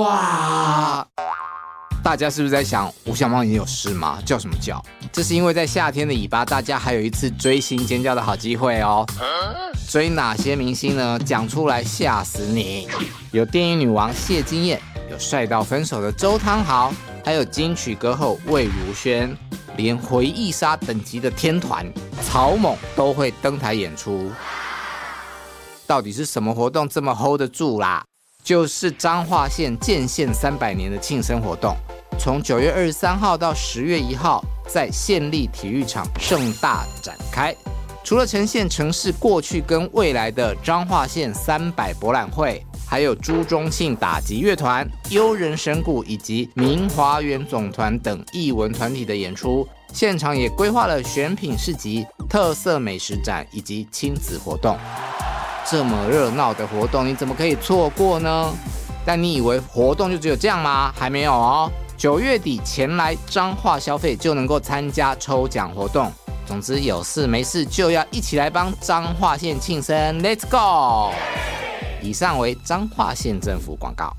哇！大家是不是在想吴小猫也有事吗？叫什么叫？这是因为在夏天的尾巴，大家还有一次追星尖叫的好机会哦。追哪些明星呢？讲出来吓死你！有电影女王谢金燕，有帅到分手的周汤豪，还有金曲歌后魏如萱，连回忆杀等级的天团草蜢都会登台演出。到底是什么活动这么 hold 得住啦？就是彰化县建县三百年的庆生活动，从九月二十三号到十月一号，在县立体育场盛大展开。除了呈现城市过去跟未来的彰化县三百博览会，还有朱中信打击乐团、悠人神鼓以及明华园总团等艺文团体的演出。现场也规划了选品市集、特色美食展以及亲子活动。这么热闹的活动，你怎么可以错过呢？但你以为活动就只有这样吗？还没有哦。九月底前来彰化消费就能够参加抽奖活动。总之有事没事就要一起来帮彰化县庆生，Let's go！以上为彰化县政府广告。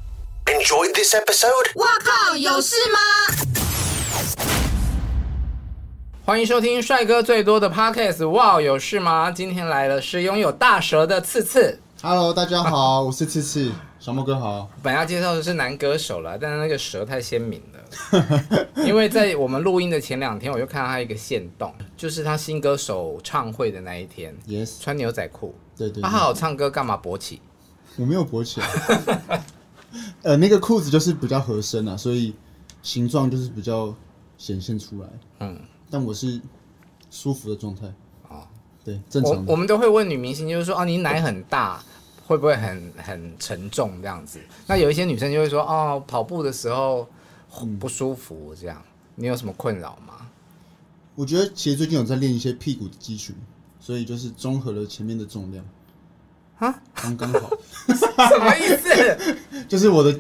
Enjoyed this episode? 哇靠，有事吗？欢迎收听帅哥最多的 Podcast，哇，有事吗？今天来的是拥有大舌的刺刺。 Hello，大家好， 我是次次，小莫哥好。本来要介绍的是男歌手啦，但是那个舌太鲜明了， 因为在我们录音的前两天，我就看到他一个线动，就是他新歌手唱会的那一天， Yes，穿牛仔裤，对对他对好好唱歌干嘛勃起？我没有勃起、啊。 呃，那个裤子就是比较合身啊，所以形状就是比较显现出来。嗯，但我是舒服的状态。哦对，正我常我的。们都会问女明星，就是说哦，你奶很大，会不会很很沉重这样子？那有一些女生就会说哦，跑步的时候嗯不舒服这样，你有什么困扰 吗？我觉得其实最近有在练一些屁股的肌群，所以就是综合了前面的重量。啊，刚刚好， 什么意思？就是我的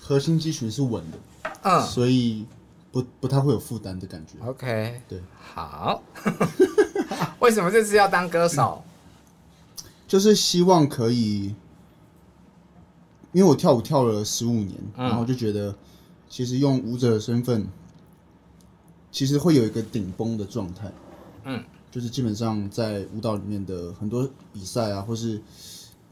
核心肌群是稳的，嗯所以不不太会有负担的感觉。 ，OK，对，好， 为什么这次要当歌手？就是希望可以，因为我跳舞跳了十五年，嗯然后就觉得其实用舞者的身份，其实会有一个顶峰的状态。嗯，就是基本上在舞蹈里面的很多比赛啊，或是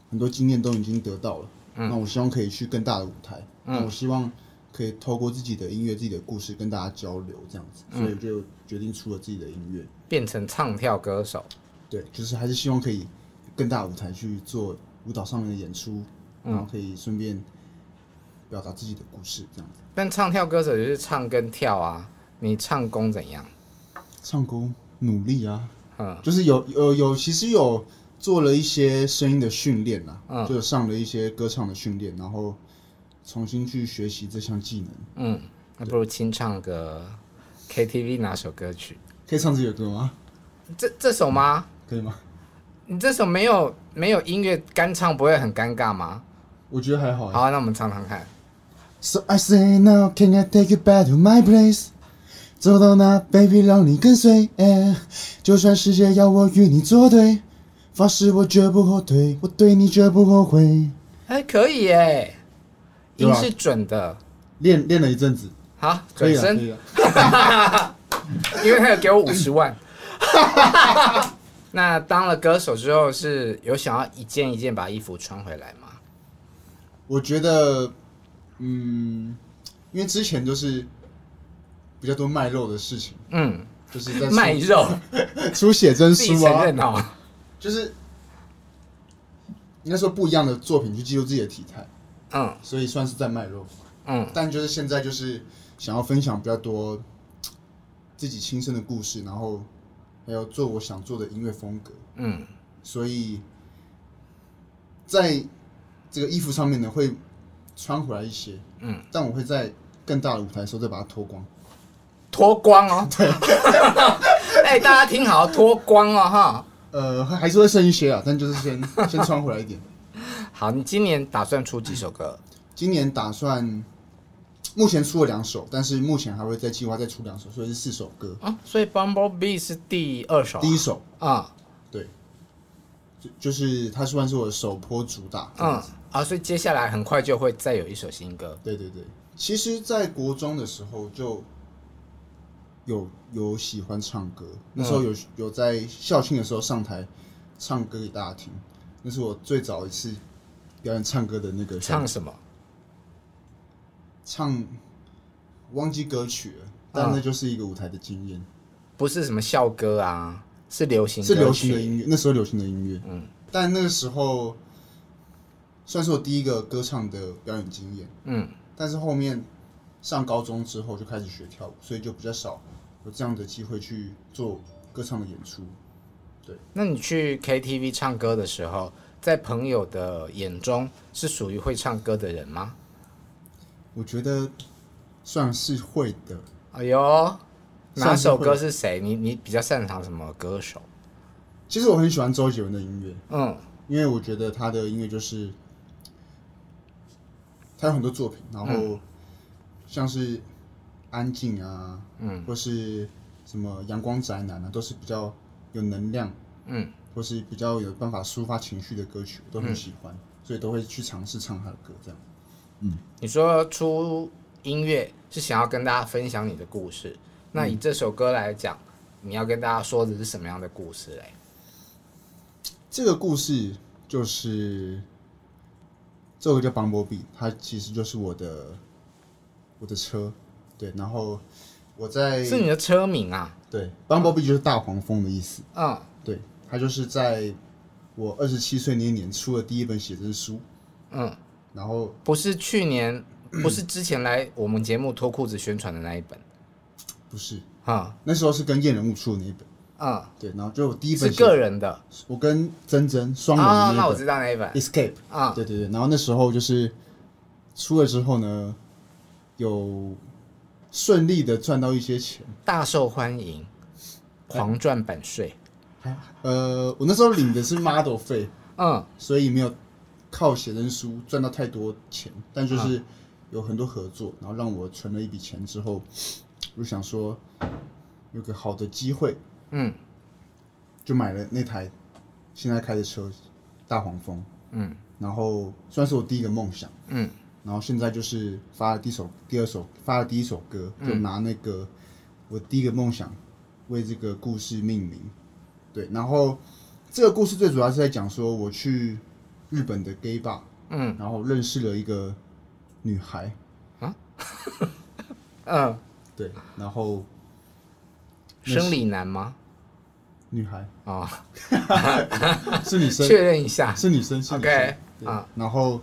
很多经验都已经得到了。嗯那我希望可以去更大的舞台。那我希望可以透过自己的音乐、自己的故事跟大家交流，这样子，嗯所以我就决定出了自己的音乐。变成唱跳歌手，对，就是还是希望可以更大舞台去做舞蹈上面的演出，嗯然后可以顺便表达自己的故事，这样子。但唱跳歌手就是唱跟跳啊。你唱功怎样？唱功努力啊，嗯就是有有有，其实有做了一些声音的训练啦，嗯就有上了一些歌唱的训练，然后重新去学习这项技能。嗯，那不如清唱个 KTV 哪首歌曲？可以唱这个歌吗？这这首吗？可以吗？你这首没有没有音乐干唱不会很尴尬吗？我觉得还好欸。好、那我们唱唱看。 So I say now, can I take you back to my place？走到哪，baby，让你跟随。哎就算世界要我与你作对，发誓我绝不后退，我对你绝不后悔。哎，可以耶，对音吧是准的。练练了一阵子，好，可以准声了，啊可，以了。啊因为他有给我五十万。那当了歌手之后，是有想要一件一件把衣服穿回来吗？我觉得，嗯，因为之前就是比较多卖肉的事情，嗯，就是在出卖肉， 出写真自己书承啊，认哦。就是应该说不一样的作品去记录自己的体态，嗯所以算是在卖肉。嗯但就是现在就是想要分享比较多自己亲身的故事，然后还有做我想做的音乐风格，嗯，所以在这个衣服上面呢会穿回来一些，嗯，但我会在更大的舞台的时候再把它脱光。脱光 哦。 哎，大家听好，脱光哦哈。呃，还还是会剩一些啊，但就是先 先穿回来一点。好，你今年打算出几首歌？今年打算目前出了两首，但是目前还会再计划再出两首，所以是四首歌。哦啊，所以 Bumblebee 是第二首啊、第一首啊、对，就就是它算是我的首波主打。嗯嗯，啊，所以接下来很快就会再有一首新歌。对对对。其实，在国中的时候就有有喜欢唱歌，那时候嗯有、有在校庆的时候上台唱歌给大家听，那是我最早一次表演唱歌的那个唱什么？唱，忘记歌曲了，嗯但那就是一个舞台的经验。不是什么校歌啊，是流行歌是曲流行的音乐，那时候流行的音乐，嗯，但那个时候算是我第一个歌唱的表演经验，嗯，但是后面上高中之后就开始学跳舞，所以就比较少有这样的机会去做歌唱的演出。那你去 KTV 唱歌的时候，在朋友的眼中是属于会唱歌的人吗？我觉得算是会的，哎呦，哪算是首会歌是谁？你你比较擅长什么歌手？其实我很喜欢周杰伦的音乐，嗯因为我觉得他的音乐就是他有很多作品，然嗯后像是安静啊，嗯，或是什么阳光宅男啊，都是比较有能量，嗯，或是比较有办法抒发情绪的歌曲，我都很喜欢，所以都会去尝试唱他的歌这样。你说出音乐是想要跟大家分享你的故嗯事，那以这首歌来讲，你要跟大家说的是什么样的故事嘞？这个故事就是这首歌叫《邦波比》，它其实就是我的我的车，对，然后我在是你的车名啊？对邦波比就是大黄蜂的意思。嗯，对，他就是在我二十七岁那一年出了第一本写真书，嗯，然后不是去 年，不是之前来我们节目脱裤子宣传的那一本，不是嗯那时候是跟燕人物出的那一本，啊嗯，对，然后就我第一是本写个人的我跟珍珍双人啊、的那那我一知本、道那一本 Escape，啊、对对对，然后那时候就是出了之后呢，有顺利的赚到一些钱，大受欢迎，嗯狂赚版税，呃，我那时候领的是 model 费，嗯所以没有靠写真书赚到太多钱，但啊就是有很多合作，然后让我存了一笔钱之后，我就想说有个好的机会，嗯就买了那台现在开的车大黄蜂，嗯，然后算是我第一个梦想，嗯，然后现在就是发了第一首、第二首发了第一首歌，嗯就拿那个、我第一个梦想为这个故事命名，对，然后这个故事最主要是在讲说我去日本的 gay bar，嗯，然后认识了一个女孩，嗯，对，然后生理男吗？女孩 哦，是女生，确认一下，是女生，是女生 OK，对啊然后。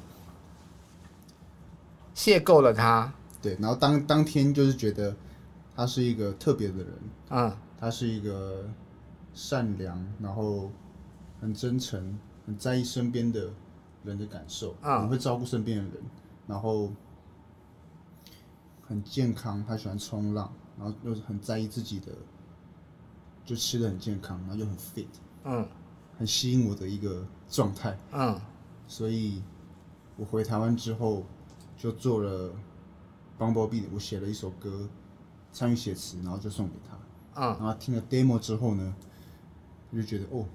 邂逅了他，对，然后当当天就是觉得他是一个特别的人，嗯他是一个善良，然后很真诚，很在意身边的人的感受，啊很会照顾身边的人，然后很健康，他喜欢冲浪，然后又很在意自己的，就吃的很健康，然后又很 fit，嗯很吸引我的一个状态。嗯，所以我回台湾之后就做了 Bumblebee，我写了一首歌，参与写词，然后就送给他。嗯然后他听了 demo 之后呢，他就觉得哦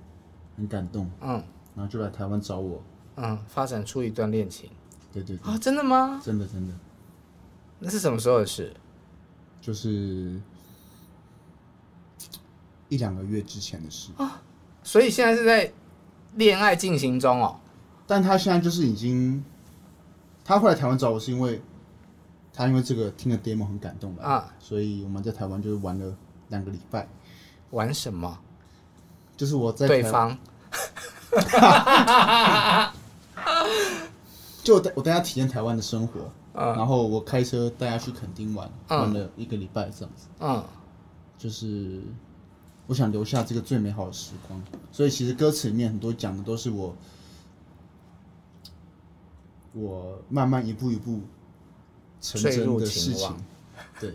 很感动，嗯然后就来台湾找我。嗯，发展出一段恋情对对对，啊、真的吗？真的真的那是什么时候的事？就是一两个月之前的事。啊所以现在是在恋爱进行中哦。但他现在就是已经，他会来台湾找我是因为他因为这个听了 demo 很感动吧，啊所以我们在台湾就是玩了两个礼拜，玩什么？就是我在对台方就我带我带他体验台湾的生活，啊然后我开车带他去垦丁玩，玩了一个礼拜这样子，嗯就是我想留下这个最美好的时光，所以其实歌词里面很多讲的都是我我慢慢一步一步成坠真入的情事情网，对。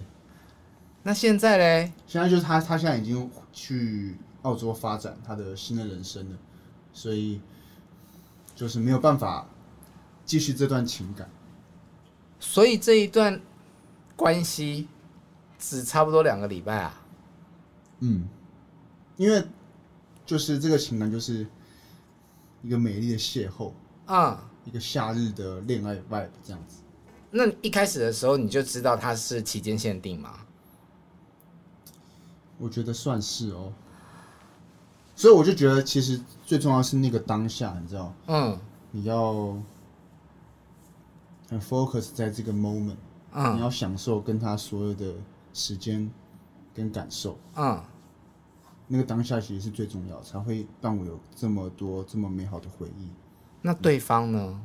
那现在嘞？现在就是他，他现在已经去澳洲发展他的新的人生了，所以就是没有办法继续这段情感。所以这一段关系只差不多两个礼拜啊。嗯，因为就是这个情感，就是一个美丽的邂逅，嗯，一个夏日的恋爱 vibe 这样子。那一开始的时候你就知道它是期间限定吗？我觉得算是哦。所以我就觉得，其实最重要是那个当下，你知道，嗯你要很 focus 在这个 moment，、你嗯要享受跟他所有的时间跟感受。嗯，那个当下其实是最重要的，才会让我有这么多这么美好的回忆。那对方呢？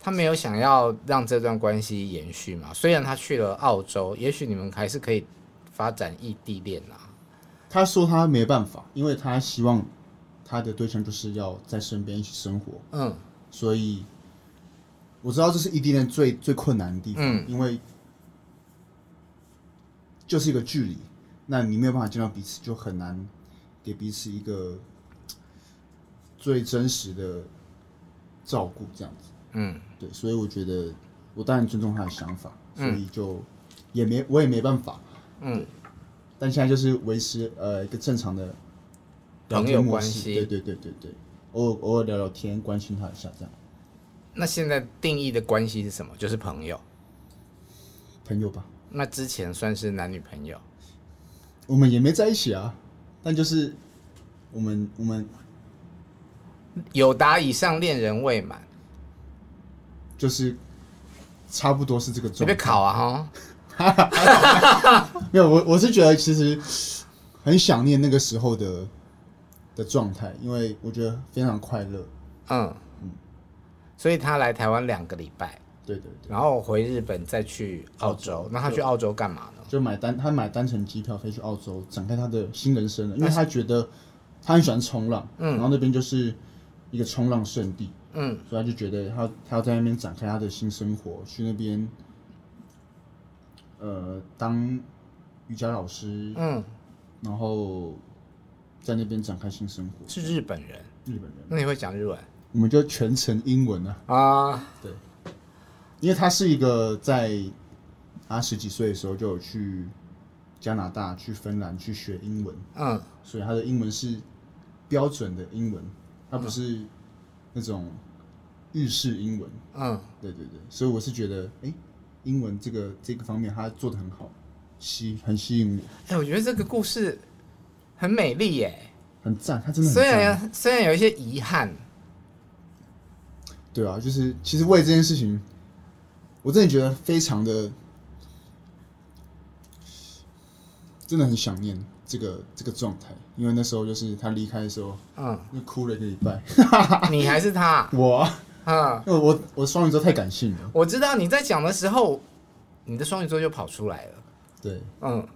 他没有想要让这段关系延续嘛？虽然他去了澳洲，也许你们还是可以发展异地恋啊。他说他没办法，因为他希望他的对象就是要在身边一起生活，嗯所以我知道这是异地恋最最困难的地方，嗯因为就是一个距离，那你没有办法见到彼此，就很难给彼此一个最真实的照顾，这样子。嗯，对，所以我觉得我当然尊重他的想法，所以就也没我也没办法，嗯对，但现在就是维持呃一个正常的聊朋天友模关式系对对对对对，偶尔偶尔聊聊天，关心他一下这样，那现在定义的关系是什么？就是朋友。朋友吧，那之前算是男女朋友，我们也没在一起啊，但就是我们我们有达以上恋人未满，就是差不多是这个随状态便，考啊哈。没有我我是觉得其实很想念那个时候的的状态，因为我觉得非常快乐，嗯，所以他来台湾两个礼拜，对对对。然后回日本再去澳洲。那他去澳洲干嘛呢？就买单，他买单程机票飞去澳洲，展开他的新人嗯生了。因为他觉得他很喜欢冲浪，然后那边就是一个冲浪圣地，嗯，所以他就觉得他他要在那边展开他的新生活，去那边呃当瑜伽老师，嗯，然后在那边展开新生活。是日本人。日本人，那你会讲日文我们就全程英文啊，啊？因为他是一个在他十几岁的时候就有去加拿大、去芬兰去学英文。嗯所以他的英文是标准的英文，他嗯不是那种日式英文。嗯，对对对，所以我是觉得，哎、英文这个这个方面他做的很好，吸很吸引我，哎、我觉得这个故事很美丽耶，很赞，他真的很虽赞。然虽然有一些遗憾，对啊，就是其实为这件事情，我真的觉得非常的，真的很想念这个这个状态，因为那时候就是他离开的时候，嗯，就哭了一个礼拜。 你还是他，我啊，嗯，因为我我双鱼座太感性了，我知道你在讲的时候，你的双鱼座就跑出来了，对。嗯，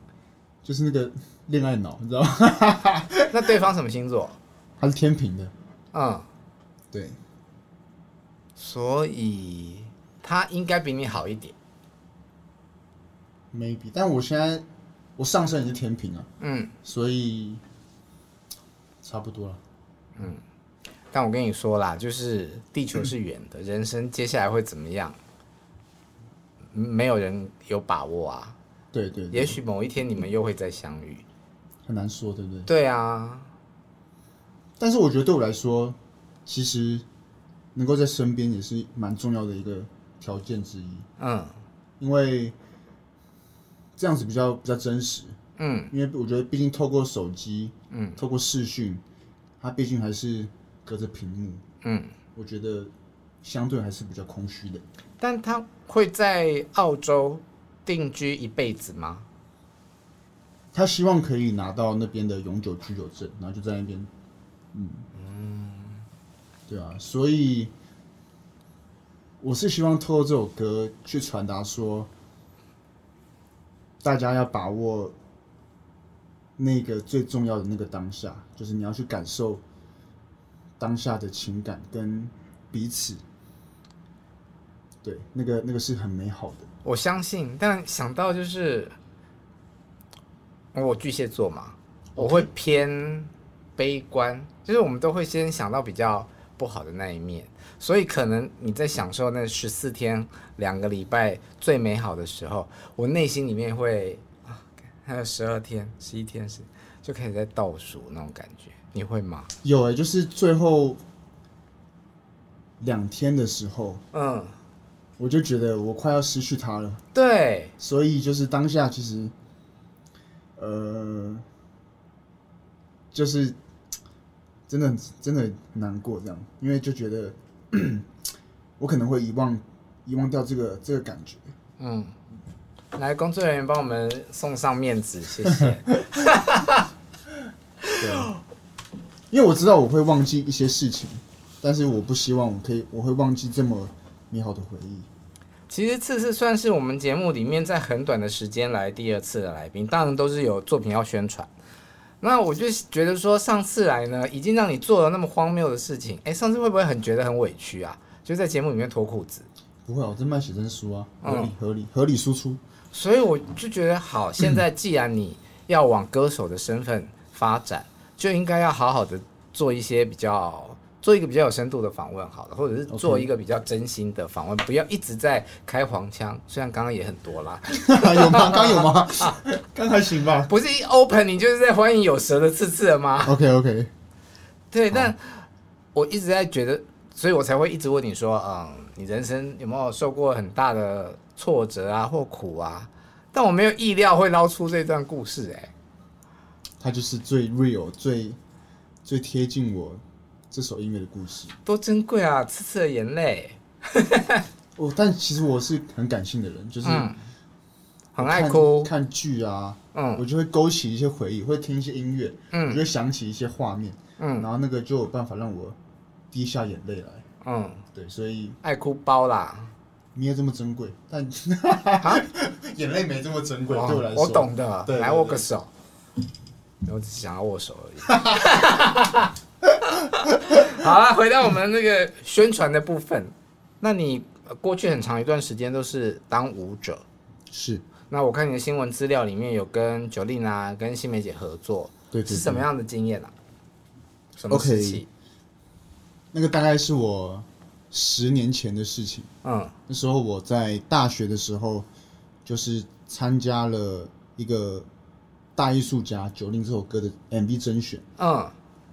就是那个恋爱脑，你知道吗？ 那对方什么星座？他是天平的，嗯，对，所以他应该比你好一点， maybe。但我现在我上身也是天平啊，嗯，所以差不多了。但我跟你说啦，就是地球是圆的，人生接下来会怎么样，嗯没有人有把握啊，对对对也许某一天你们又会再相遇。很难说，对不对？对啊，但是我觉得对我来说，其实能够在身边也是蛮重要的一个条件之一，嗯因为这样子比较比较真实。嗯因为我觉得，毕竟透过手机，嗯，透过视讯，它毕竟还是隔着屏幕，嗯，我觉得相对还是比较空虚的。但他会在澳洲定居一辈子吗？他希望可以拿到那边的永久居留证，然后就在那边，嗯，对啊，所以我是希望透过这首歌去传达说，大家要把握那个最重要的那个当下，就是你要去感受当下的情感跟彼此，对，那个那个是很美好的，我相信，但想到就是我巨蟹座嘛，我会偏悲观，就是我们都会先想到比较不好的那一面，所以可能你在享受那十四天、两个礼拜最美好的时候，我内心里面会啊，还有十二天、十一天是欸就开始在倒数那种感觉，你会吗？有诶、就是最后两天的时候，嗯，我就觉得我快要失去他了。对，所以就是当下其实，呃，就是真的真的很难过这样，因为就觉得我可能会遗忘遗忘掉这个这个感觉。嗯，来，工作人员帮我们送上面子，谢谢。对啊，因为我知道我会忘记一些事情，但是我不希望我可以我会忘记这么美好的回忆。其实次次算是我们节目里面在很短的时间来第二次的来宾，当然都是有作品要宣传。那我就觉得说，上次来呢，已经让你做了那么荒谬的事情，哎，上次会不会很觉得很委屈啊？就在节目里面脱裤子，不会啊，我正卖写真书啊，嗯合理合理合理输出。所以我就觉得好，现在既然你要往歌手的身份发展，就应该要好好的做一些比较，做一个比较有深度的访问，好了，或者是做 OK 一个比较真心的访问，不要一直在开黄腔，虽然刚刚也很多啦， 有吗？刚有吗？刚还行吧。不是一 open 你就是在欢迎有蛇的刺刺了吗？哦 OK OK，对，但我一直在觉得，所以我才会一直问你说，嗯，你人生有没有受过很大的挫折啊或苦啊？但我没有意料会捞出这段故事、哎，它就是最 real、最最贴近我这首音乐的故事。多珍贵啊！刺刺的眼泪，哦，但其实我是很感性的人，就是嗯，很我爱看哭，看剧啊，我嗯就会勾起一些回忆，会听一些音乐，我就嗯会想起一些画面，嗯然后那个就有办法让我滴下眼泪来。嗯，对，所以爱哭包啦。没有这么珍贵，但 眼泪没这么珍贵，啊哇对我来说，我懂的，对对来对握个手。我只想要握手 而已。好了，回到我们那个宣传的部分。那你呃过去很长一段时间都是当舞者，是那我看你的新闻资料里面有跟九令啊、跟新梅姐合作，对对是对什么样的经验啊？什么 OK 时期？那个大概是我十年前的事情。嗯那时候我在大学的时候，就是参加了一个大艺术家《九令》这首歌的 MV 甄选，嗯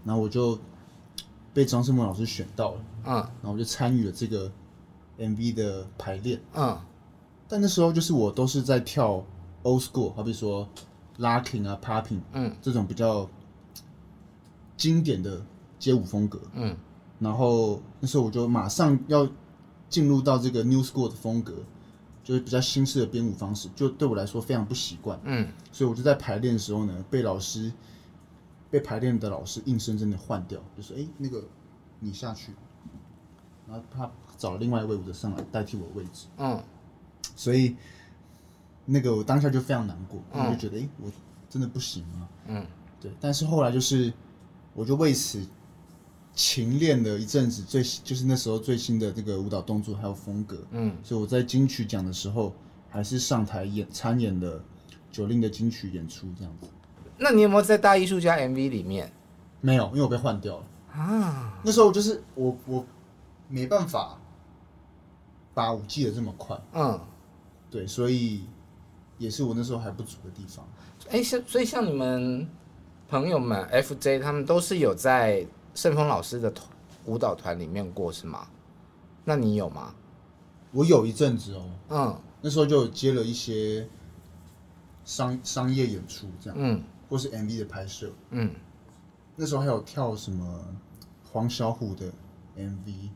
然后我就被张胜文老师选到了，嗯然后我就参与了这个 MV 的排练。嗯但那时候就是我都是在跳 old school，好比说 locking 啊、popping 嗯这种比较经典的街舞风格。嗯然后那时候我就马上要进入到这个 new school 的风格，就是比较新式的编舞方式，就对我来说非常不习惯，嗯所以我就在排练的时候呢，被老师被排练的老师硬生生的换掉，就说：“哎，那个你下去。”然后他找了另外一位舞者上来代替我的位置，嗯所以那个我当下就非常难过，嗯我就觉得：“哎，我真的不行啊。”嗯对，但是后来就是，我就为此勤练了一阵子最，就是那时候最新的这个舞蹈动作还有风格，嗯所以我在金曲奖的时候还是上台演参演了九令的金曲演出这样子。那你有没有在大艺术家 MV 里面没有，因为我被换掉了。啊？那时候就是我我没办法把舞记得这么快，嗯。对，所以也是我那时候还不足的地方。哎，像所以像你们朋友们 FJ 他们都是有在盛峰老师的团舞蹈团里面过是吗？那你有吗？我有一阵子哦，嗯那时候就有接了一些商商业演出这样。嗯或是 MV 的拍摄。嗯，那时候还有跳什么黄小琥的 MV，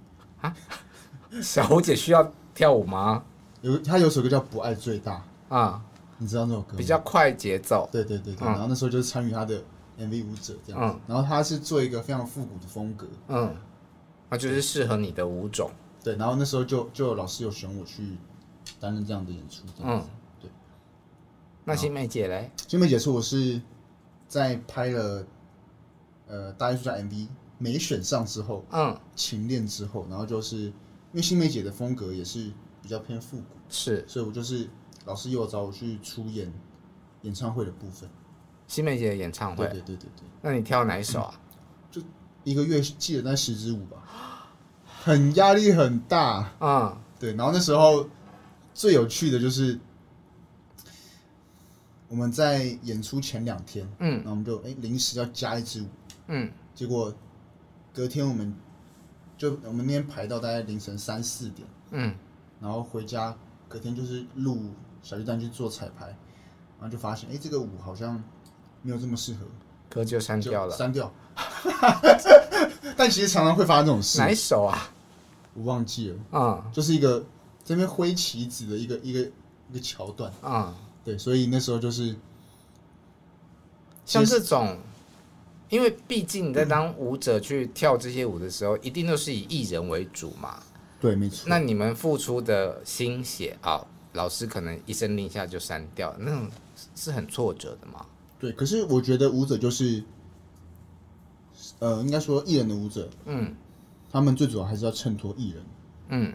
小胡姐需要跳舞吗？有他有首歌叫《不爱最大》，啊、你知道那首歌吗比较快节奏。对对对对。嗯然后那时候就是参与他的 MV 舞者这样子，然后他是做一个非常复古的风格，嗯，那就是适合你的舞种。对。然后那时候就就有老师有选我去担任这样的演出这嗯样子。对，那新梅姐嘞？金梅姐说我是在拍了呃大艺术家 MV 没选上之后，嗯，勤练之后，然后就是因为新梅姐的风格也是比较偏复古。是所以我就是老师又找我去出演演唱会的部分。新梅姐的演唱对会。对对对对，那你跳哪一首啊？一个月记得那十支舞吧，很压力很大。嗯对，然后那时候最有趣的就是我们在演出前两天，然嗯后我们就哎临时要加一支舞，嗯结果隔天我们就我们那天排到大概凌晨三四点，嗯，然后回家隔天就是录小巨蛋去做彩排，然后就发现哎、这个舞好像没有这么适合，歌就删就掉了。删掉。 但其实常常会发生这种事哪，一首啊？我忘记了，嗯就是一个这边挥旗子的一个一个一个桥段，嗯，对，所以那时候就是像这种，因为毕竟你在当舞者去跳这些舞的时候，一定都是以艺人为主嘛。对，没错。那你们付出的心血啊，老师可能一声令下就删掉，那种是很挫折的嘛。对，可是我觉得舞者就是，呃，应该说艺人的舞者，嗯他们最主要还是要衬托艺人，嗯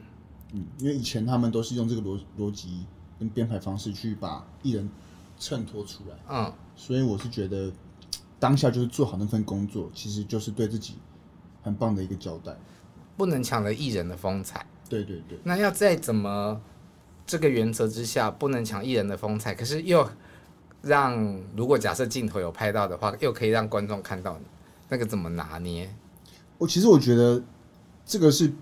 嗯，因为以前他们都是用这个逻逻辑跟编排方式去把艺人衬托出来，嗯，所以我是觉得当下就是做好那份工作，其实就是对自己很棒的一个交代。不能抢了艺人的风采。对对对，那要再怎么这个原则之下，不能抢艺人的风采，可是又让如果假设镜头有拍到的话，又可以让观众看到你，那个怎么拿捏？我其实我觉得这个是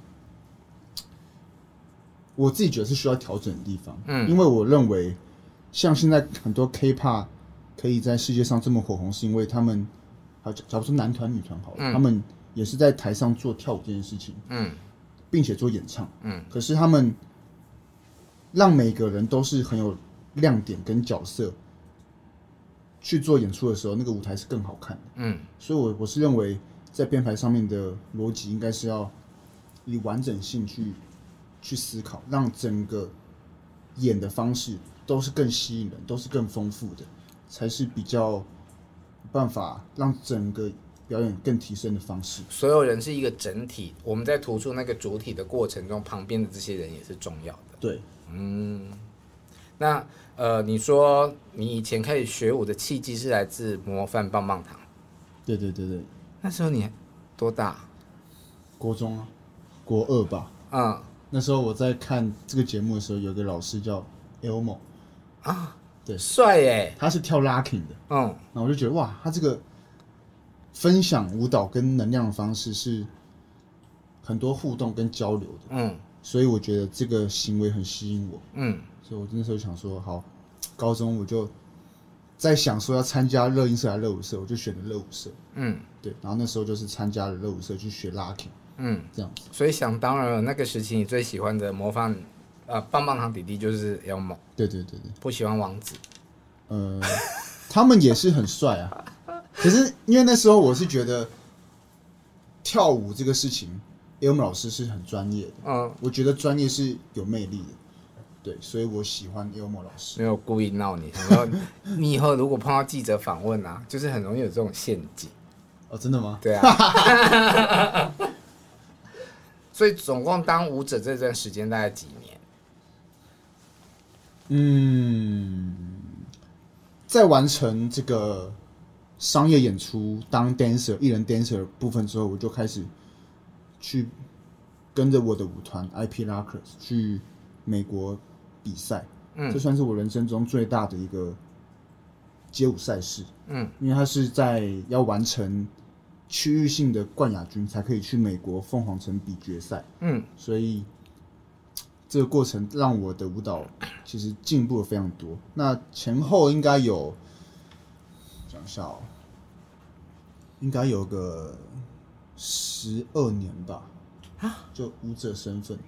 我自己觉得是需要调整的地方。嗯因为我认为像现在很多 K-pop 可以在世界上这么火红，是因为他们，好，假假如说男团、女团好了，嗯他们也是在台上做跳舞这件事情，嗯并且做演唱。嗯可是他们让每个人都是很有亮点跟角色去做演出的时候，那个舞台是更好看的。嗯所以我我是认为在编排上面的逻辑应该是要以完整性去去思考，让整个演的方式都是更吸引人，都是更丰富的，才是比较有办法让整个表演更提升的方式。所有人是一个整体，我们在突出那个主体的过程中，旁边的这些人也是重要的。对，嗯，那呃，你说你以前开始学舞的契机是来自模范棒棒糖，对对对对，那时候你多大？国中啊，国二吧。嗯那时候我在看这个节目的时候，有个老师叫 Elmo，啊，对帅耶、他是跳 locking 的，嗯那我就觉得哇，他这个分享舞蹈跟能量的方式是很多互动跟交流的，嗯所以我觉得这个行为很吸引我，嗯所以我那时候想说，好，高中我就在想说要参加热音社还是热舞社，我就选了热舞社，嗯对，然后那时候就是参加了热舞社去学 locking 嗯，这样子，所以想当然了，那个时期你最喜欢的模范呃棒棒糖弟弟就是 Elmo，对对对对，不喜欢王子。呃，他们也是很帅啊。可是因为那时候我是觉得跳舞这个事情，M 老师是很专业的，嗯，我觉得专业是有魅力的，对，所以我喜欢 M 老师。没有故意闹你，想说你以后如果碰到记者访问啊，就是很容易有这种陷阱。哦，真的吗？对啊。 所以总共当舞者这段时间大概几年？嗯，在完成这个商业演出当 dancer 艺人 dancer 的部分之后，我就开始去跟着我的舞团 IP Rockers 去美国比赛。这嗯算是我人生中最大的一个街舞赛事，嗯因为它是在要完成区域性的冠亚军，才可以去美国凤凰城比决赛，嗯所以这个过程让我的舞蹈其实进步了非常多。那前后应该有，讲一下哦，应该有个十二年吧，啊就舞者身份，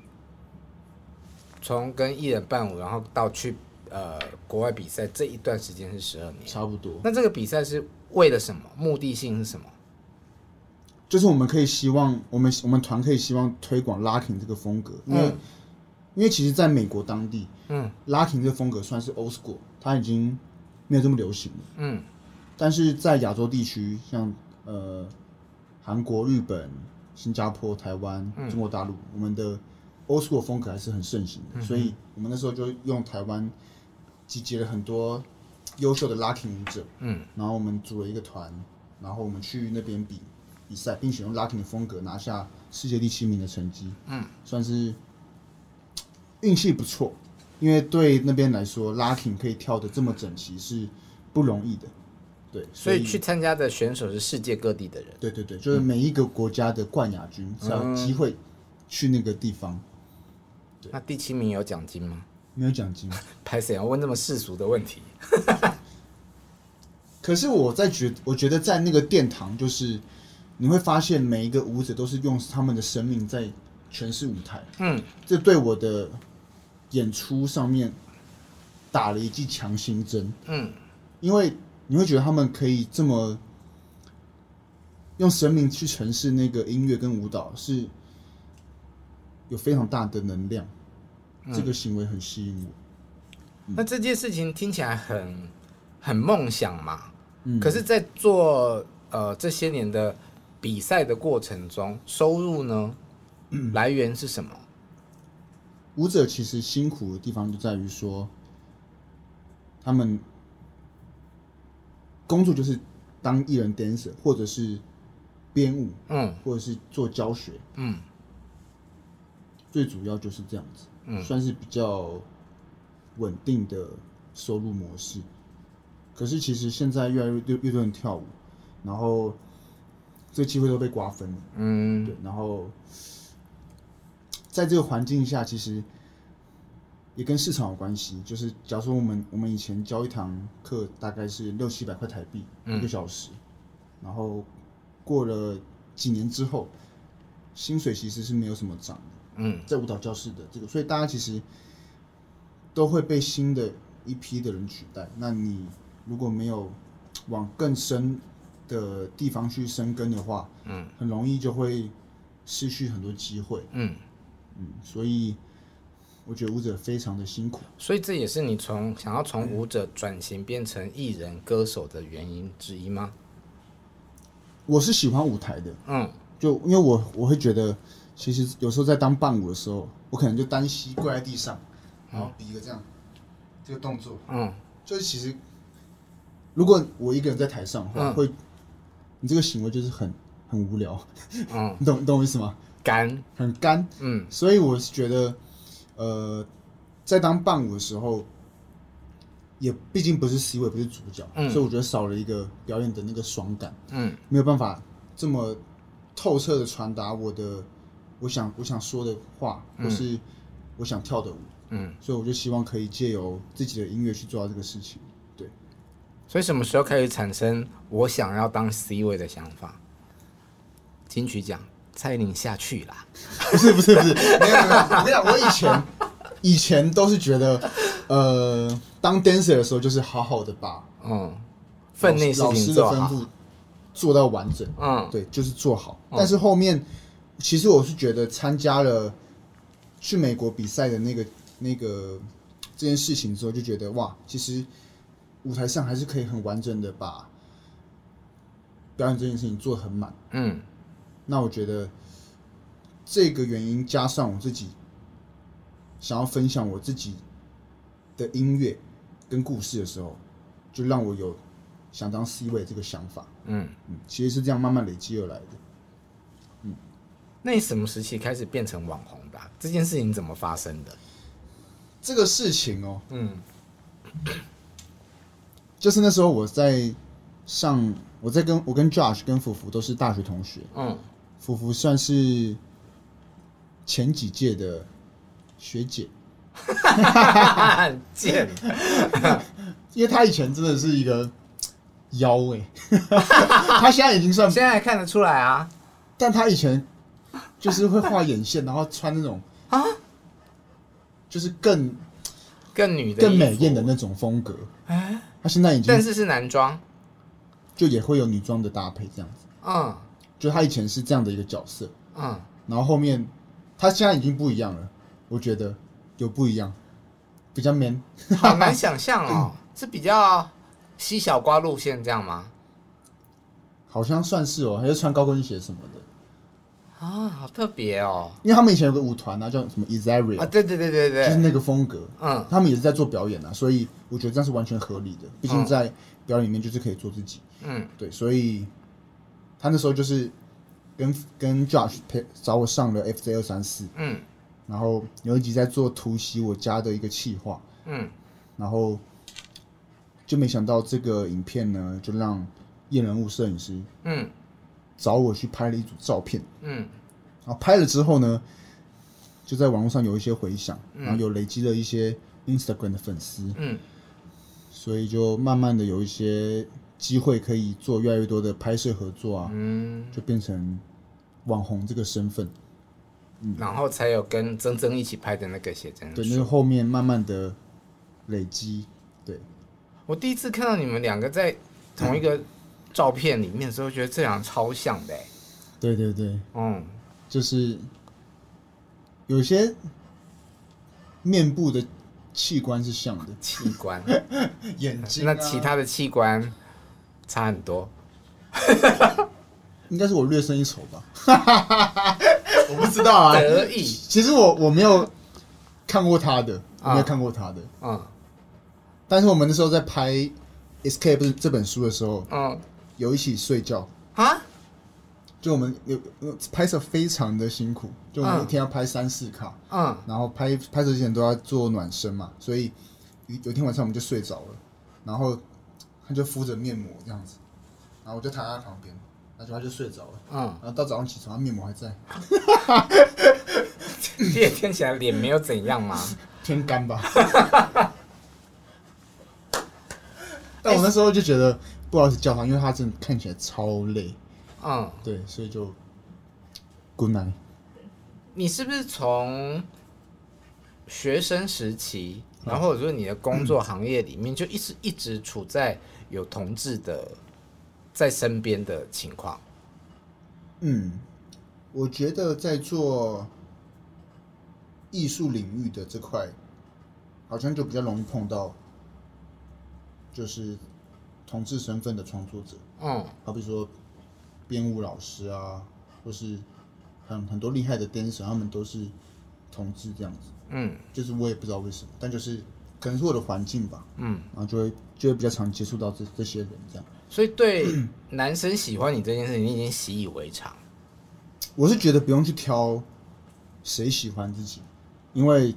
从跟艺人伴舞，然后到去呃国外比赛这一段时间是十二年。差不多。那这个比赛是为了什么？目的性是什么？就是我们可以希望，我们我们团可以希望推广 locking 这个风格，因为、嗯因为其实在美国当地嗯 locking 这个风格算是 old school，它已经没有这么流行了。嗯但是在亚洲地区，像呃韩国、日本、新加坡、台湾、嗯中国大陆，我们的 old school 风格还是很盛行的，嗯所以我们那时候就用台湾集结了很多优秀的 locking 舞者，嗯然后我们组了一个团，然后我们去那边比比赛，并且用 locking 的风格拿下世界第七名的成绩，嗯，算是运气不错，因为对那边来说，locking 可以跳的这么整齐是不容易的，对，所以去参加的选手是世界各地的人。对对对，就是每一个国家的冠亚军才有机会去那个地方，那第七名有奖金吗？没有奖金。拍谁啊？问这么世俗的问题？可是我在觉，我觉得在那个殿堂，就是你会发现每一个舞者都是用他们的生命在诠释舞台，嗯，这对我的演出上面打了一剂强心针。嗯，因为你会觉得他们可以这么用生命去诠释那个音乐跟舞蹈，是有非常大的能量。嗯这个行为很吸引我。那这件事情听起来很很梦想嘛，嗯，可是，在做呃这些年的比赛的过程中，收入呢、来源是什么？舞者其实辛苦的地方就在于说，他们工作就是当艺人 dancer，或者是编舞，嗯或者是做教学，嗯最主要就是这样子，算是比较稳定的收入模式。可是其实现在越来越多越多人跳舞，然后这个机会都被瓜分了。嗯对，然后在这个环境下，其实也跟市场有关系。就是假如说我们我们以前教一堂课大概是六七百块台币、嗯一个小时，然后过了几年之后，薪水其实是没有什么涨的，嗯在舞蹈教室的这个，所以大家其实都会被新的一批的人取代。那你如果没有往更深的地方去深耕的话，嗯，很容易就会失去很多机会。嗯，嗯，所以我觉得舞者非常的辛苦。所以这也是你从想要从舞者转型变成艺人歌手的原因之一吗？我是喜欢舞台的，嗯就因为我我会觉得，其实有时候在当伴舞的时候，我可能就单膝跪在地上，然后比一个这样、这个动作，嗯就是其实如果我一个人在台上的话，嗯会你这个行为就是很很无聊，嗯， 你懂你懂我意思吗？干很干，嗯所以我是觉得，呃，在当伴舞的时候，也毕竟不是 C 位，不是主角，嗯所以我觉得少了一个表演的那个爽感，嗯没有办法这么透彻的传达我的我想我想说的话，或是我想跳的舞，嗯，所以我就希望可以借由自己的音乐去做到这个事情。对，所以什么时候开始产生我想要当 C 位的想法？金曲奖蔡依林下去啦。不是不是不是，没有没有，没有我跟你讲，我以前以前都是觉得，呃，当 dancer 的时候就是好好的把嗯，分内事老情师的做吩好。咐做到完整，嗯，对，就是做好。但是后面，其实我是觉得参加了去美国比赛的那个那个这件事情之后，就觉得哇，其实舞台上还是可以很完整的把表演这件事情做得很满。嗯那我觉得这个原因加上我自己想要分享我自己的音乐跟故事的时候，就让我有想当 C 位这个想法。嗯，嗯，其实是这样慢慢累积而来的。那你什么时期开始变成网红的啊、这件事情怎么发生的？ 这个事情哦，嗯 就是那时候我在上，我在跟我跟 Josh 跟福福都是大学同学，嗯福福算是前几届的学姐，啊，贱，因为她以前真的是一个妖哎、 她现在已 经 算现在还看得出来啊。但他以前就是会画眼线，然后穿那种啊，就是更更女的，更美艳的。那种风格。他现在已但经是是男装。就也会有女装的搭配这样子，嗯就他以前是这样的一个角色， 嗯，然后后面他现在已经不一样了，我觉得有不一样，比较 man。好难想象哦，是比较西小瓜路线这样吗？好像算是哦，还是穿高跟鞋什么的，啊，好特别哦。因为他们以前有个舞团啊，叫什么 e z a r i 啊， a 对对对对就是对，那个风格，嗯他们也是在做表演啊，所以我觉得这样是完全合理的，毕竟嗯在表演里面就是可以做自己。嗯对，所以他那时候就是跟跟 Josh 陪找我上了 FJ 二三四，嗯然后有一集在做突袭我家的一个企划，嗯然后就没想到这个影片呢，就让验人物摄影师嗯找我去拍了一组照片。嗯然后拍了之后呢，就在网络上有一些回响，然后有累积了一些 Instagram 的粉丝，嗯所以就慢慢的有一些机会可以做越来越多的拍摄合作啊，嗯，就变成网红这个身份。然后才有跟曾曾一起拍的那个写真对，那书。是后面慢慢的累积。对，我第一次看到你们两个在同一个照片里面的时候，觉得这两个超像的、欸。对对对，嗯就是有些面部的器官是像的，器官，眼睛、啊那其他的器官差很多。应该是我略胜一筹吧， 我不知道啊。得意， 其实我我没有看过他的，我没啊有看过他的。嗯但是我们那时候在拍《Escape》这本书的时候，嗯有一起睡觉，啊，就我们有有拍摄非常的辛苦，就我们嗯一天要拍三四卡，嗯然后拍拍摄之前都要做暖身嘛，所以有有一天晚上我们就睡着了，然后他就敷着面膜这样子，然后我就躺在他旁边，然后他就睡着了，嗯，然后到早上起床，他面膜还在，第二天起来脸没有怎样嘛。天干吧。 但我那时候就觉得不好意思叫他，因为他真的看起来超累，嗯，对，所以就 good night。你是不是从学生时期，然后或者说你的工作行业里面，就一直一直处在有同志的在身边的情况？嗯，我觉得在做艺术领域的这块，好像就比较容易碰到，就是同志身份的创作者，嗯好比说编舞老师啊，或是很很多厉害的 dancer，他们都是同志这样子。嗯就是我也不知道为什么，但就是可能是我的环境吧，嗯，然后就会就会比较常接触到这这些人这样。所以 对男生喜欢你这件事情，你已经习以为常。我是觉得不用去挑谁喜欢自己，因为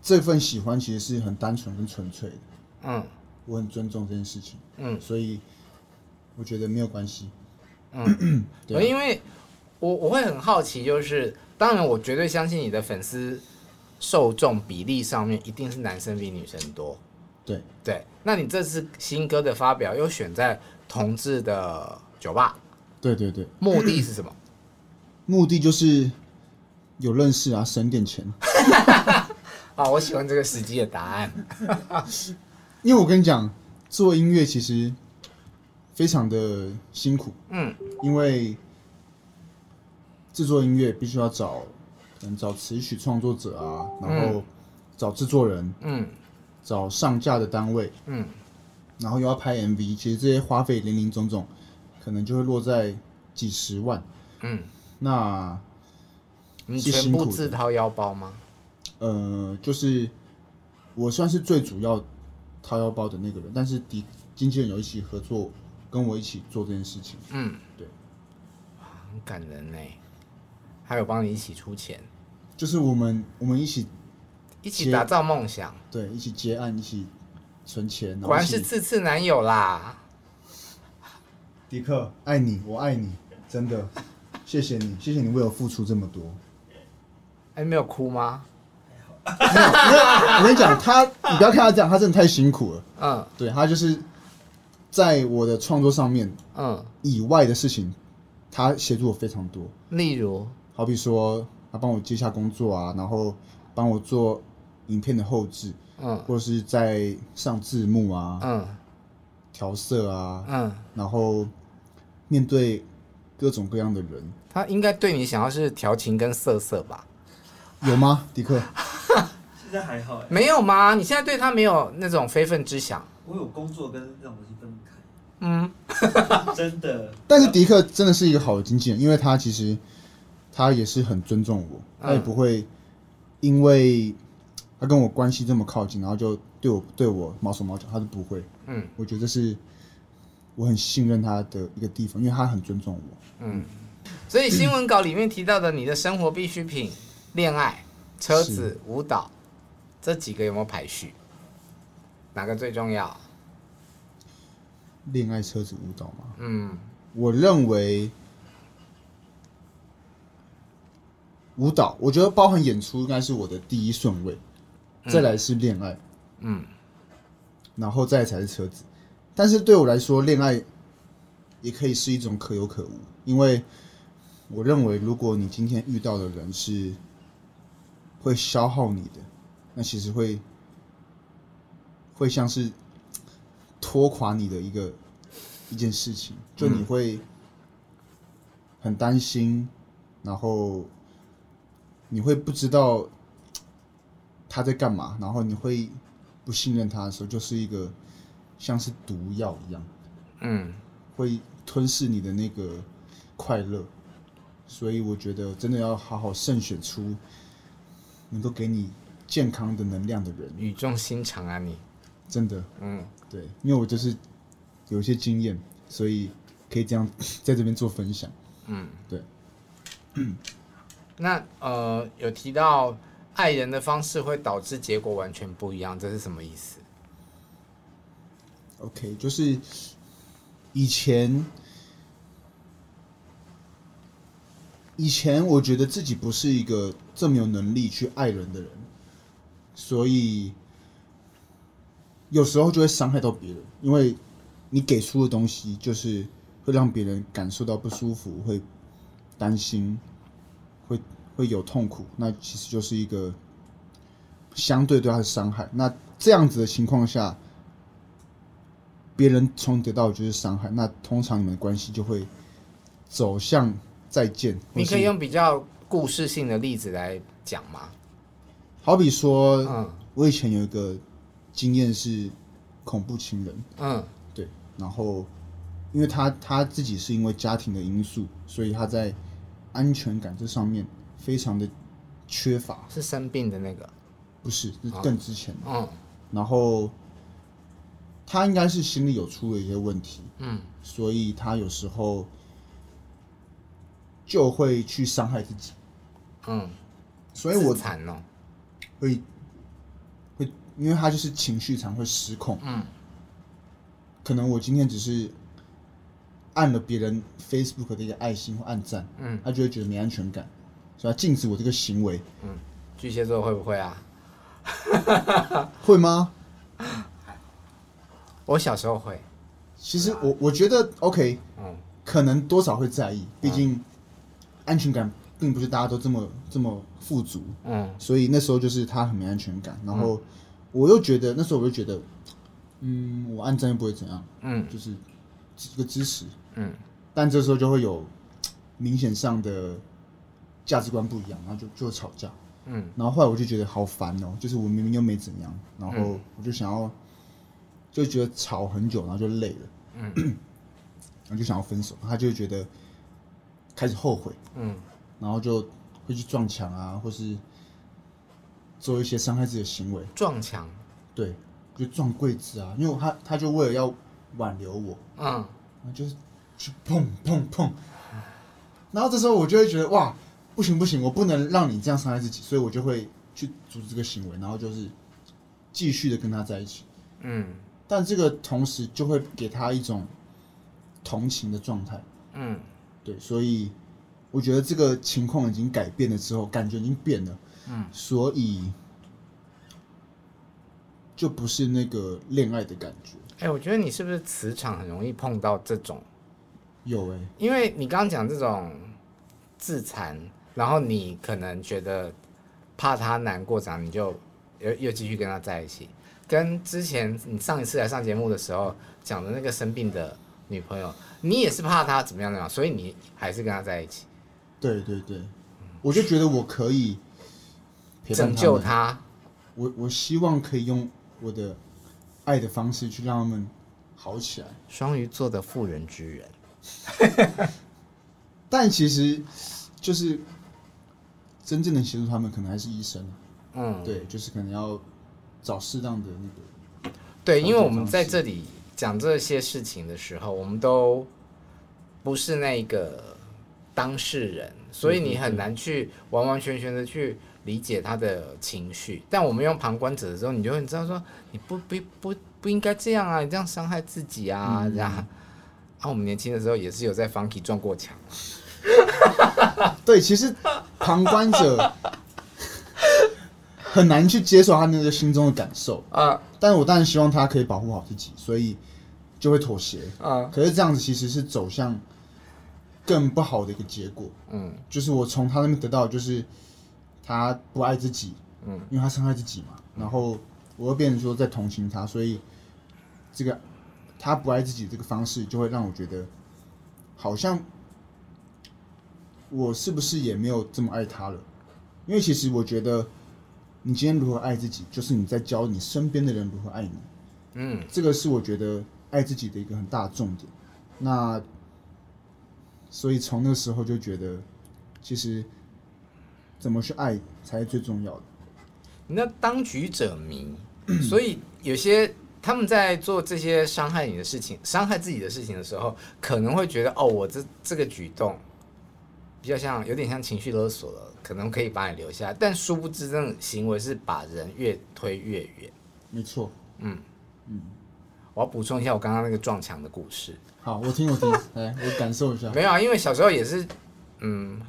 这份喜欢其实是很单纯跟纯粹的。嗯我很尊重这件事情，嗯所以我觉得没有关系。对啊呃因为我我会很好奇，就是当然我绝对相信你的粉丝受众比例上面一定是男生比女生多。对，对，那你这次新歌的发表又选在同志的酒吧，对对对，目的是 什么？目的就是有认识啊，省点钱。啊，我喜欢这个时机的答案。因为我跟你讲，做音乐其实非常的辛苦，嗯因为制作音乐必须要找，可能找词曲创作者啊，然后找制作人，嗯找上架的单位，嗯然后又要拍 MV，其实这些花费零零总总，可能就会落在几十万。嗯，那你是全辛部苦自的掏腰包吗？呃，就是我算是最主要掏腰包的那个人，但是底经纪人有一起合作，跟我一起做这件事情。嗯，对，很感人呢。还有帮你一起出钱，就是我们我们一起一起接打造梦想，对一起接案，一起存钱，然后果然一起是次次男友啦。迪克，爱你，我爱你，真的，谢谢你，谢谢你为我付出这么多。哎、没有哭吗？我跟你讲，他，你不要看他这样，他真的太辛苦了。嗯对他就是在我的创作上面嗯，以外的事情，他协助我非常多。例如，好比说，他帮我接下工作啊，然后帮我做影片的后置，嗯或是在上字幕啊、嗯调色啊，嗯，然后面对各种各样的人，他应该对你想要是调情跟色色吧？有吗？迪克，现在还好哎、没有吗？你现在对他没有那种非分之想？我有工作跟这种东西分不开，嗯 真的。但是迪克真的是一个好的经纪人，因为他其实他也是很尊重我，嗯他也不会因为他跟我关系这么靠近，然后就对我对我毛手毛脚，他是不会。嗯我觉得这是我很信任他的一个地方，因为他很尊重我。嗯，所以新闻稿里面提到的你的生活必需品、恋爱、车子、舞蹈这几个有没有排序？哪个最重要？恋爱车子舞蹈嘛，嗯，我认为舞蹈，我觉得包含演出应该是我的第一顺位，再来是恋爱，嗯，然后再来才是车子。但是对我来说，恋爱也可以是一种可有可无，因为我认为，如果你今天遇到的人是会消耗你的，那其实会会像是拖垮你的一个一件事情，就你会很担心，然后你会不知道他在干嘛，然后你会不信任他的时候，就是一个像是毒药一样，嗯，会吞噬你的那个快乐。所以我觉得真的要好好慎选出能够给你健康的能量的人，语重心长啊你，真的。嗯，对，因为我就是有一些经验，所以可以这样 在这边做分享。那呃有提到爱人的方式会导致结果完全不一样，这是什么意思？ OK，就是以前以前我觉得自己不是一个这么有能力去爱人的人，所以有时候就会伤害到别人，因为你给出的东西就是会让别人感受到不舒服，会担心，会会有痛苦，那其实就是一个相对对他的伤害。那这样子的情况下，别人从你得到的就是伤害，那通常你们的关系就会走向再见。或你可以是用比较故事性的例子来讲吗？好比说，嗯我以前有一个经验是恐怖情人，嗯对，然后因为他他自己是因为家庭的因素，所以他在安全感这上面非常的缺乏，是生病的那个，不是是更之前的。嗯然后他应该是心里有出了一些问题，嗯所以他有时候就会去伤害自己，嗯，所以我自残哦，会会，因为他就是情绪常会失控。嗯可能我今天只是按了别人 Facebook 的一个爱心或按赞，嗯，他就会觉得没安全感，所以他禁止我这个行为，巨蟹座会不会啊？会吗？我小时候会，其实我我觉得 OK，嗯可能多少会在意，毕竟安全感并不是大家都这么这么富足，嗯所以那时候就是他很没安全感，然后我又觉得那时候我就觉得，嗯，我按赞又不会怎样，嗯就是一个支持，嗯但这时候就会有明显上的价值观不一样，然后就就会吵架。嗯然后后来我就觉得好烦哦，就是我明明又没怎样，然后嗯我就想要，就觉得吵很久，然后就累了，然后就想要分手。他就会觉得开始后悔，嗯然后就会去撞墙啊，或是做一些伤害自己的行为。撞墙，对，就撞柜子啊，因为他他就为了要挽留我，嗯然后就是去碰碰碰，然后这时候我就会觉得哇，不行不行，我不能让你这样伤害自己，所以我就会去阻止这个行为，然后就是继续的跟他在一起。嗯但这个同时就会给他一种同情的状态，嗯对，所以我觉得这个情况已经改变了之后，感觉已经变了，嗯，所以就不是那个恋爱的感觉，哎、我觉得你是不是磁场很容易碰到这种？有哎、因为你刚刚讲这种自残，然后你可能觉得怕他难过，这样你就又又继续跟他在一起。跟之前你上一次来上节目的时候讲的那个生病的女朋友，你也是怕她怎么样怎么样，所以你还是跟他在一起，对对对，我就觉得我可以陪嗯伴拯救他们，她。我我希望可以用我的爱的方式去让他们好起来。双鱼座的妇人之仁，但其实就是真正能协助他们，可能还是医生。嗯，对，就是可能要找适当的那个。对，调因为整我们方在式这里讲这些事情的时候，我们都不是那个当事人，所嗯以你很难去完完全全的去理解他的情绪。但我们用旁观者的时候，你就会知道说，你不不不不应该这样啊，你这样伤害自己啊，嗯这样。啊，我们年轻的时候也是有在 Funky 撞过墙，对，其实旁 观者很难去接受他那个心中的感受啊但是我当然希望他可以保护好自己，所以就会妥协。啊，可是这样子其实是走向更不好的一个结果，嗯就是我从他那边得到的就是他不爱自己，嗯，因为他伤害自己嘛，然后我又变成说在同情他，所以这个他不爱自己这个方式就会让我觉得好像我是不是也没有这么爱他了？因为其实我觉得你今天如何爱自己，就是你在教你身边的人如何爱你。嗯这个是我觉得爱自己的一个很大的重点。那所以从那时候就觉得，其实怎么去爱才是最重要的。那当局者迷，所以有些他们在做这些伤害你的事情、伤害自己的事情的时候，可能会觉得哦，我这这个举动比较像，有点像情绪勒索了，可能可以把你留下来。但殊不知，这种行为是把人越推越远。没错，我要补充一下我刚刚那个撞墙的故事，好，我听我听，来我感受一下。没有啊，因为小时候也是，嗯，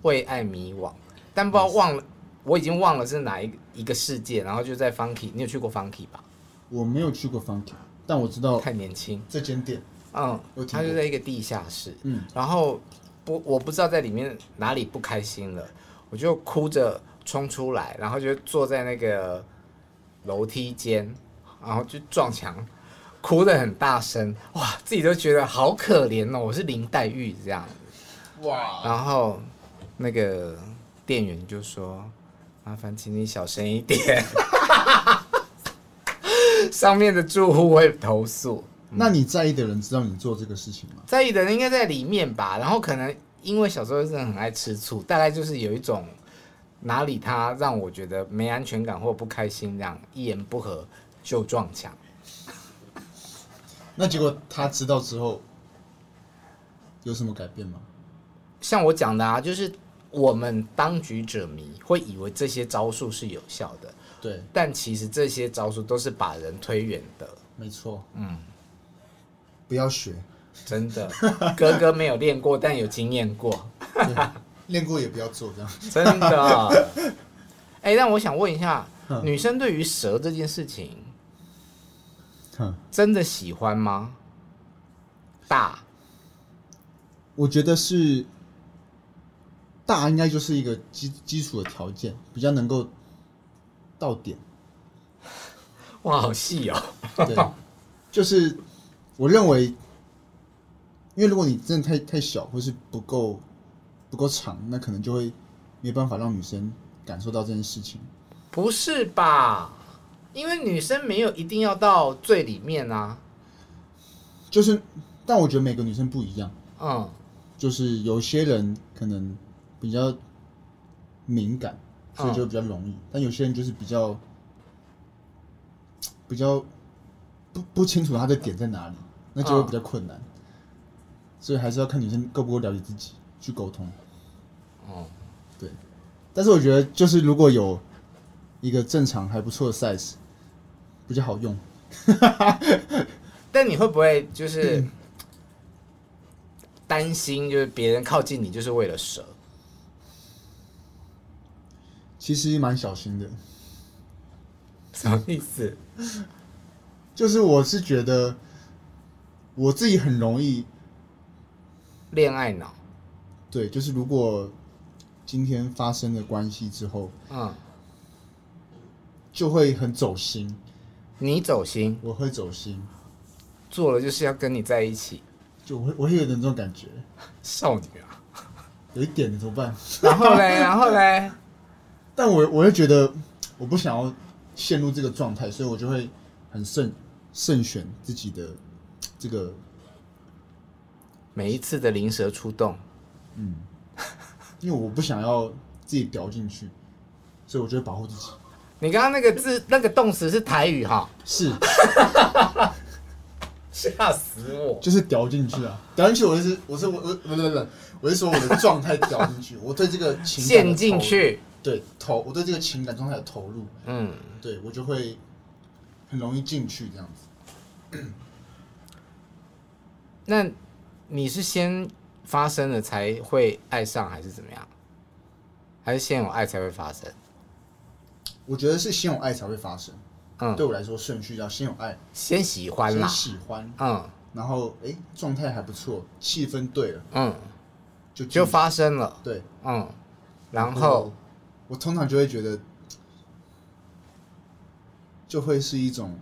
为爱迷惘，但不知道忘了，我已经忘了是哪一个一个世界，然后就在 Funky，你有去过 Funky 吧？我没有去过 Funky，但我知道太年轻。这间店。嗯有，听他就过在一个地下室，嗯然后不，我不知道在里面哪里不开心了，我就哭着冲出来，然后就坐在那个楼梯间，然后就撞墙，哭得很大声，哇，自己都觉得好可怜哦，我是林黛玉这样，哇，然后那个店员就说，麻烦请你小声一点， 上面的住户会投诉。那你在意的人知道你做这个事情吗？在意的人应该在里面吧。然后可能因为小时候真的很爱吃醋，大概就是有一种哪里他让我觉得没安全感或不开心，这样一言不合就撞墙。那结果他知道之后有什么改变吗？像我讲的啊，就是我们当局者迷，会以为这些招数是有效的，对，但其实这些招数都是把人推远的。没错，嗯，不要学，真的，哥哥没有练过，但有经验过。练过也不要做这样。真的。哎、那我想问一下，女生对于蛇这件事情哼，真的喜欢吗？大，我觉得是大，应该就是一个基基础的条件，比较能够到点。哇，好细哦。对，就是我认为，因为如果你真的太太小，或是不够不够长，那可能就会没办法让女生感受到这件事情。不是吧？因为女生没有一定要到最里面啊。就是，但我觉得每个女生不一样，嗯，就是有些人可能比较敏感，所以嗯就比较容易，但有些人就是比较比较不不清楚他的点在哪里，那就会嗯比较困难。所以还是要看女生够不够了解自己去沟通。哦，对，但是我觉得就是如果有一个正常还不错的 size，比较好用。但你会不会就是担心，就是别人靠近你就是为了蛇？其实蛮小心的，什么意思？就是我是觉得我自己很容易恋爱脑？对，就是如果今天发生了关系之后，嗯，就会很走心，你走心，我会走心，做了就是要跟你在一起，就我会我会有点这种感觉，少女 啊。有一点怎么办？然后嘞，然后嘞，但我我会觉得我不想要陷入这个状态，所以我就会很慎慎选自己的这个每一次的灵蛇出动，嗯，因为我不想要自己掉进去，所以我就会保护自己。你刚刚那个字那个动词是台语哈，是，吓死我！就是屌进去啊，屌进去我是我是我我不不不，我是说我的状态屌进去，我对这个情感陷的进投入，去，对投我对这个情感状态的投入，嗯，对我就会很容易进去这样子。那你是先发生了才会爱上，还是怎么样？还是先有爱才会发生？我觉得是先有爱才会发生，对嗯，我来说顺序要先有爱，先喜欢先啦，喜欢，嗯然后哎状态还不错，气氛对了嗯，就进就发生了，对，嗯，然后我通常就会觉得就会是一种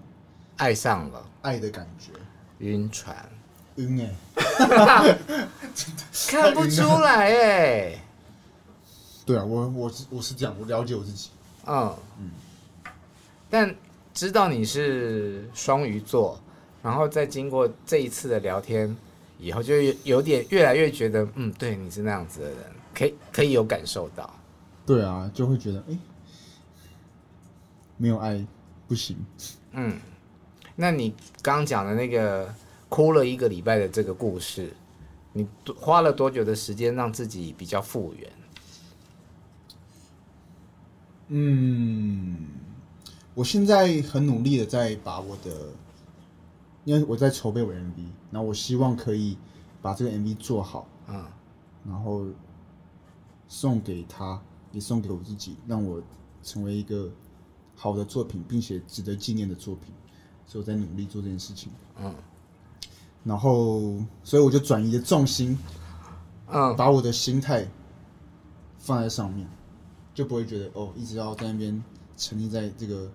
爱上了，爱的感觉，晕船，晕哎、看不出来哎、对啊，我我是我是这样，我了解我自己。嗯，但知道你是双鱼座，然后再经过这一次的聊天以后，就有有点越来越觉得，嗯，对，你是那样子的人，可以可以有感受到，对啊，就会觉得哎、诶没有爱不行。嗯。那你刚讲的那个哭了一个礼拜的这个故事，你多花了多久的时间让自己比较复原？嗯，我现在很努力的在把我的，因为我在筹备我的 MV，然后我希望可以把这个 MV 做好，嗯然后送给他，也送给我自己，让我成为一个好的作品，并且值得纪念的作品。所以我在努力做这件事情。嗯然后，所以我就转移了重心，嗯把我的心态放在上面，就不会觉得哦，一直要在那边沉溺在这个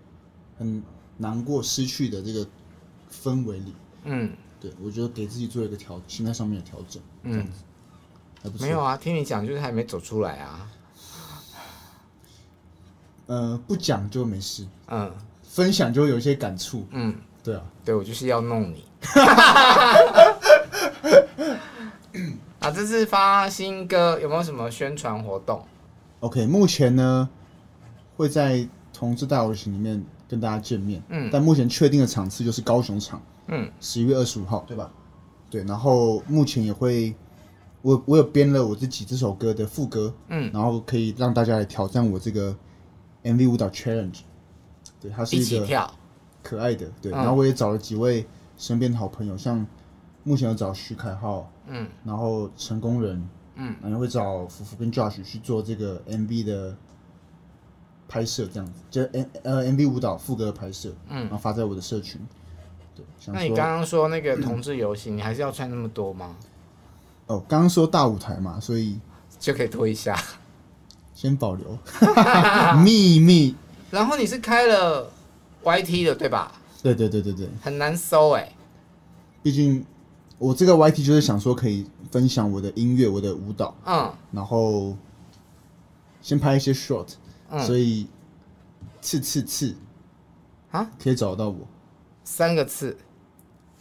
很难过、失去的这个氛围里。嗯，对我觉得给自己做一个调心态上面的调整，嗯嗯，还不错。没有，啊，听你讲就是还没走出来啊。呃，不讲就没事，嗯分享就有一些感触。嗯。对啊，对我就是要弄 你。啊，这次发新歌有没有什么宣传活动？ OK，目前呢会在同志大游行里面跟大家见面，嗯但目前确定的场次就是高雄场，嗯十一月二十五号，对吧？对，然后目前也会，我我有编了我自己这首歌的副歌，嗯，然后可以让大家来挑战我这个 MV 舞蹈 challenge，对，它是一一起个跳。可爱的，对，嗯然后我也找了几位身边的好朋友，像目前有找徐凯浩，嗯然后成功人，嗯然后会找福福跟 Josh 去做这个 MV 的拍摄，这样子，就 M 呃 MV 舞蹈副歌的拍摄，然后嗯。发在我的社群。对，想那你说刚刚说那个同志游行，你还是要穿那么多吗？哦，刚刚说大舞台嘛，所以就可以脱一下。先保留秘密。 然后你是开了 YT 的对吧？对对对对对，很难搜哎、毕竟我这个 YT 就是想说可以分享我的音乐、我的舞蹈，嗯然后先拍一些 short，、所嗯，以次次次啊可以找到我。三个字。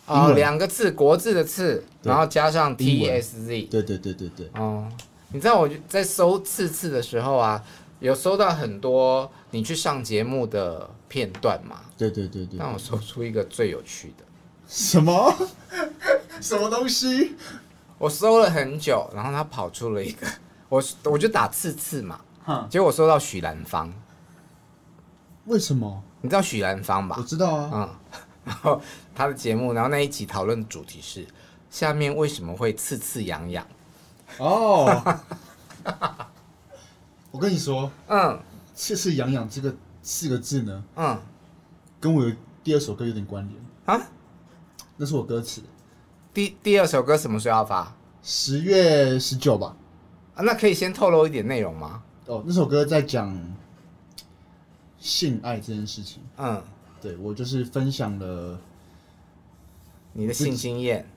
英哦，文两个字，国字的字，对然后加上英 T E 文 S Z，对对对对对，哦，你知道我在搜次次的时候啊，有搜到很多你去上节目的片段嘛，对对对对让，我搜出一个最有趣的。什么 什么东西？我搜了很久，然后他跑出了一个， 我我就打次次嘛，哈，结果我搜到许兰芳，为什么？你知道许兰芳我吧？知道啊，嗯， 然后他的节目，然后那一集讨论的主题是下面为什么会刺刺痒痒？哦， 我跟你说，嗯次次痒痒这个四个字呢。嗯跟我有第二首歌有点关联，啊，那是我歌词，第第二首歌什么时候要发？十月十九吧。啊那可以先透露一点内容吗？哦，那首歌在讲性爱这件事情。嗯，对我就是分享了你的性经验。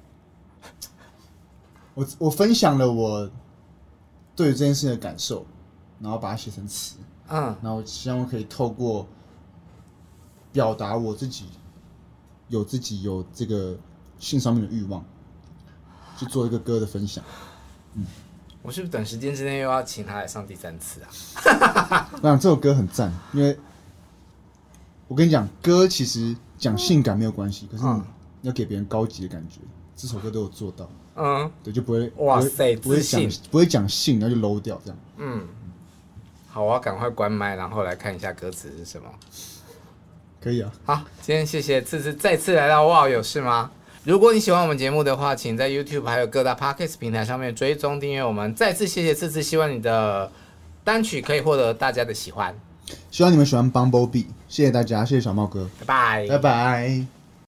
我我分享了我对于这件事情的感受，然后把它写成词，嗯，然后希望可以透过表达我自己有自己有这个性上面的欲望，去做一个歌的分享。我是不是短时间之内又要请他来上第三次啊？那这首歌很赞，因为我跟你讲，歌其实讲性感没有关系，可是嗯你要给别人高级的感觉，这首歌都有做到，嗯对，就不会哇塞不会不会自信讲不会讲性，然后就 low 掉这样。嗯，好，我要赶快关麦，然后来看一下歌词是什么。可以啊，好，今天谢谢次次再次来到哇哦有事吗？如果你喜欢我们节目的话，请在 YouTube 还有各大 Podcast 平台上面追踪订阅我们。再次谢谢次次，希望你的单曲可以获得大家的喜欢。希望你们喜欢 Bumblebee，谢谢大家，谢谢小茂哥，拜拜。拜拜。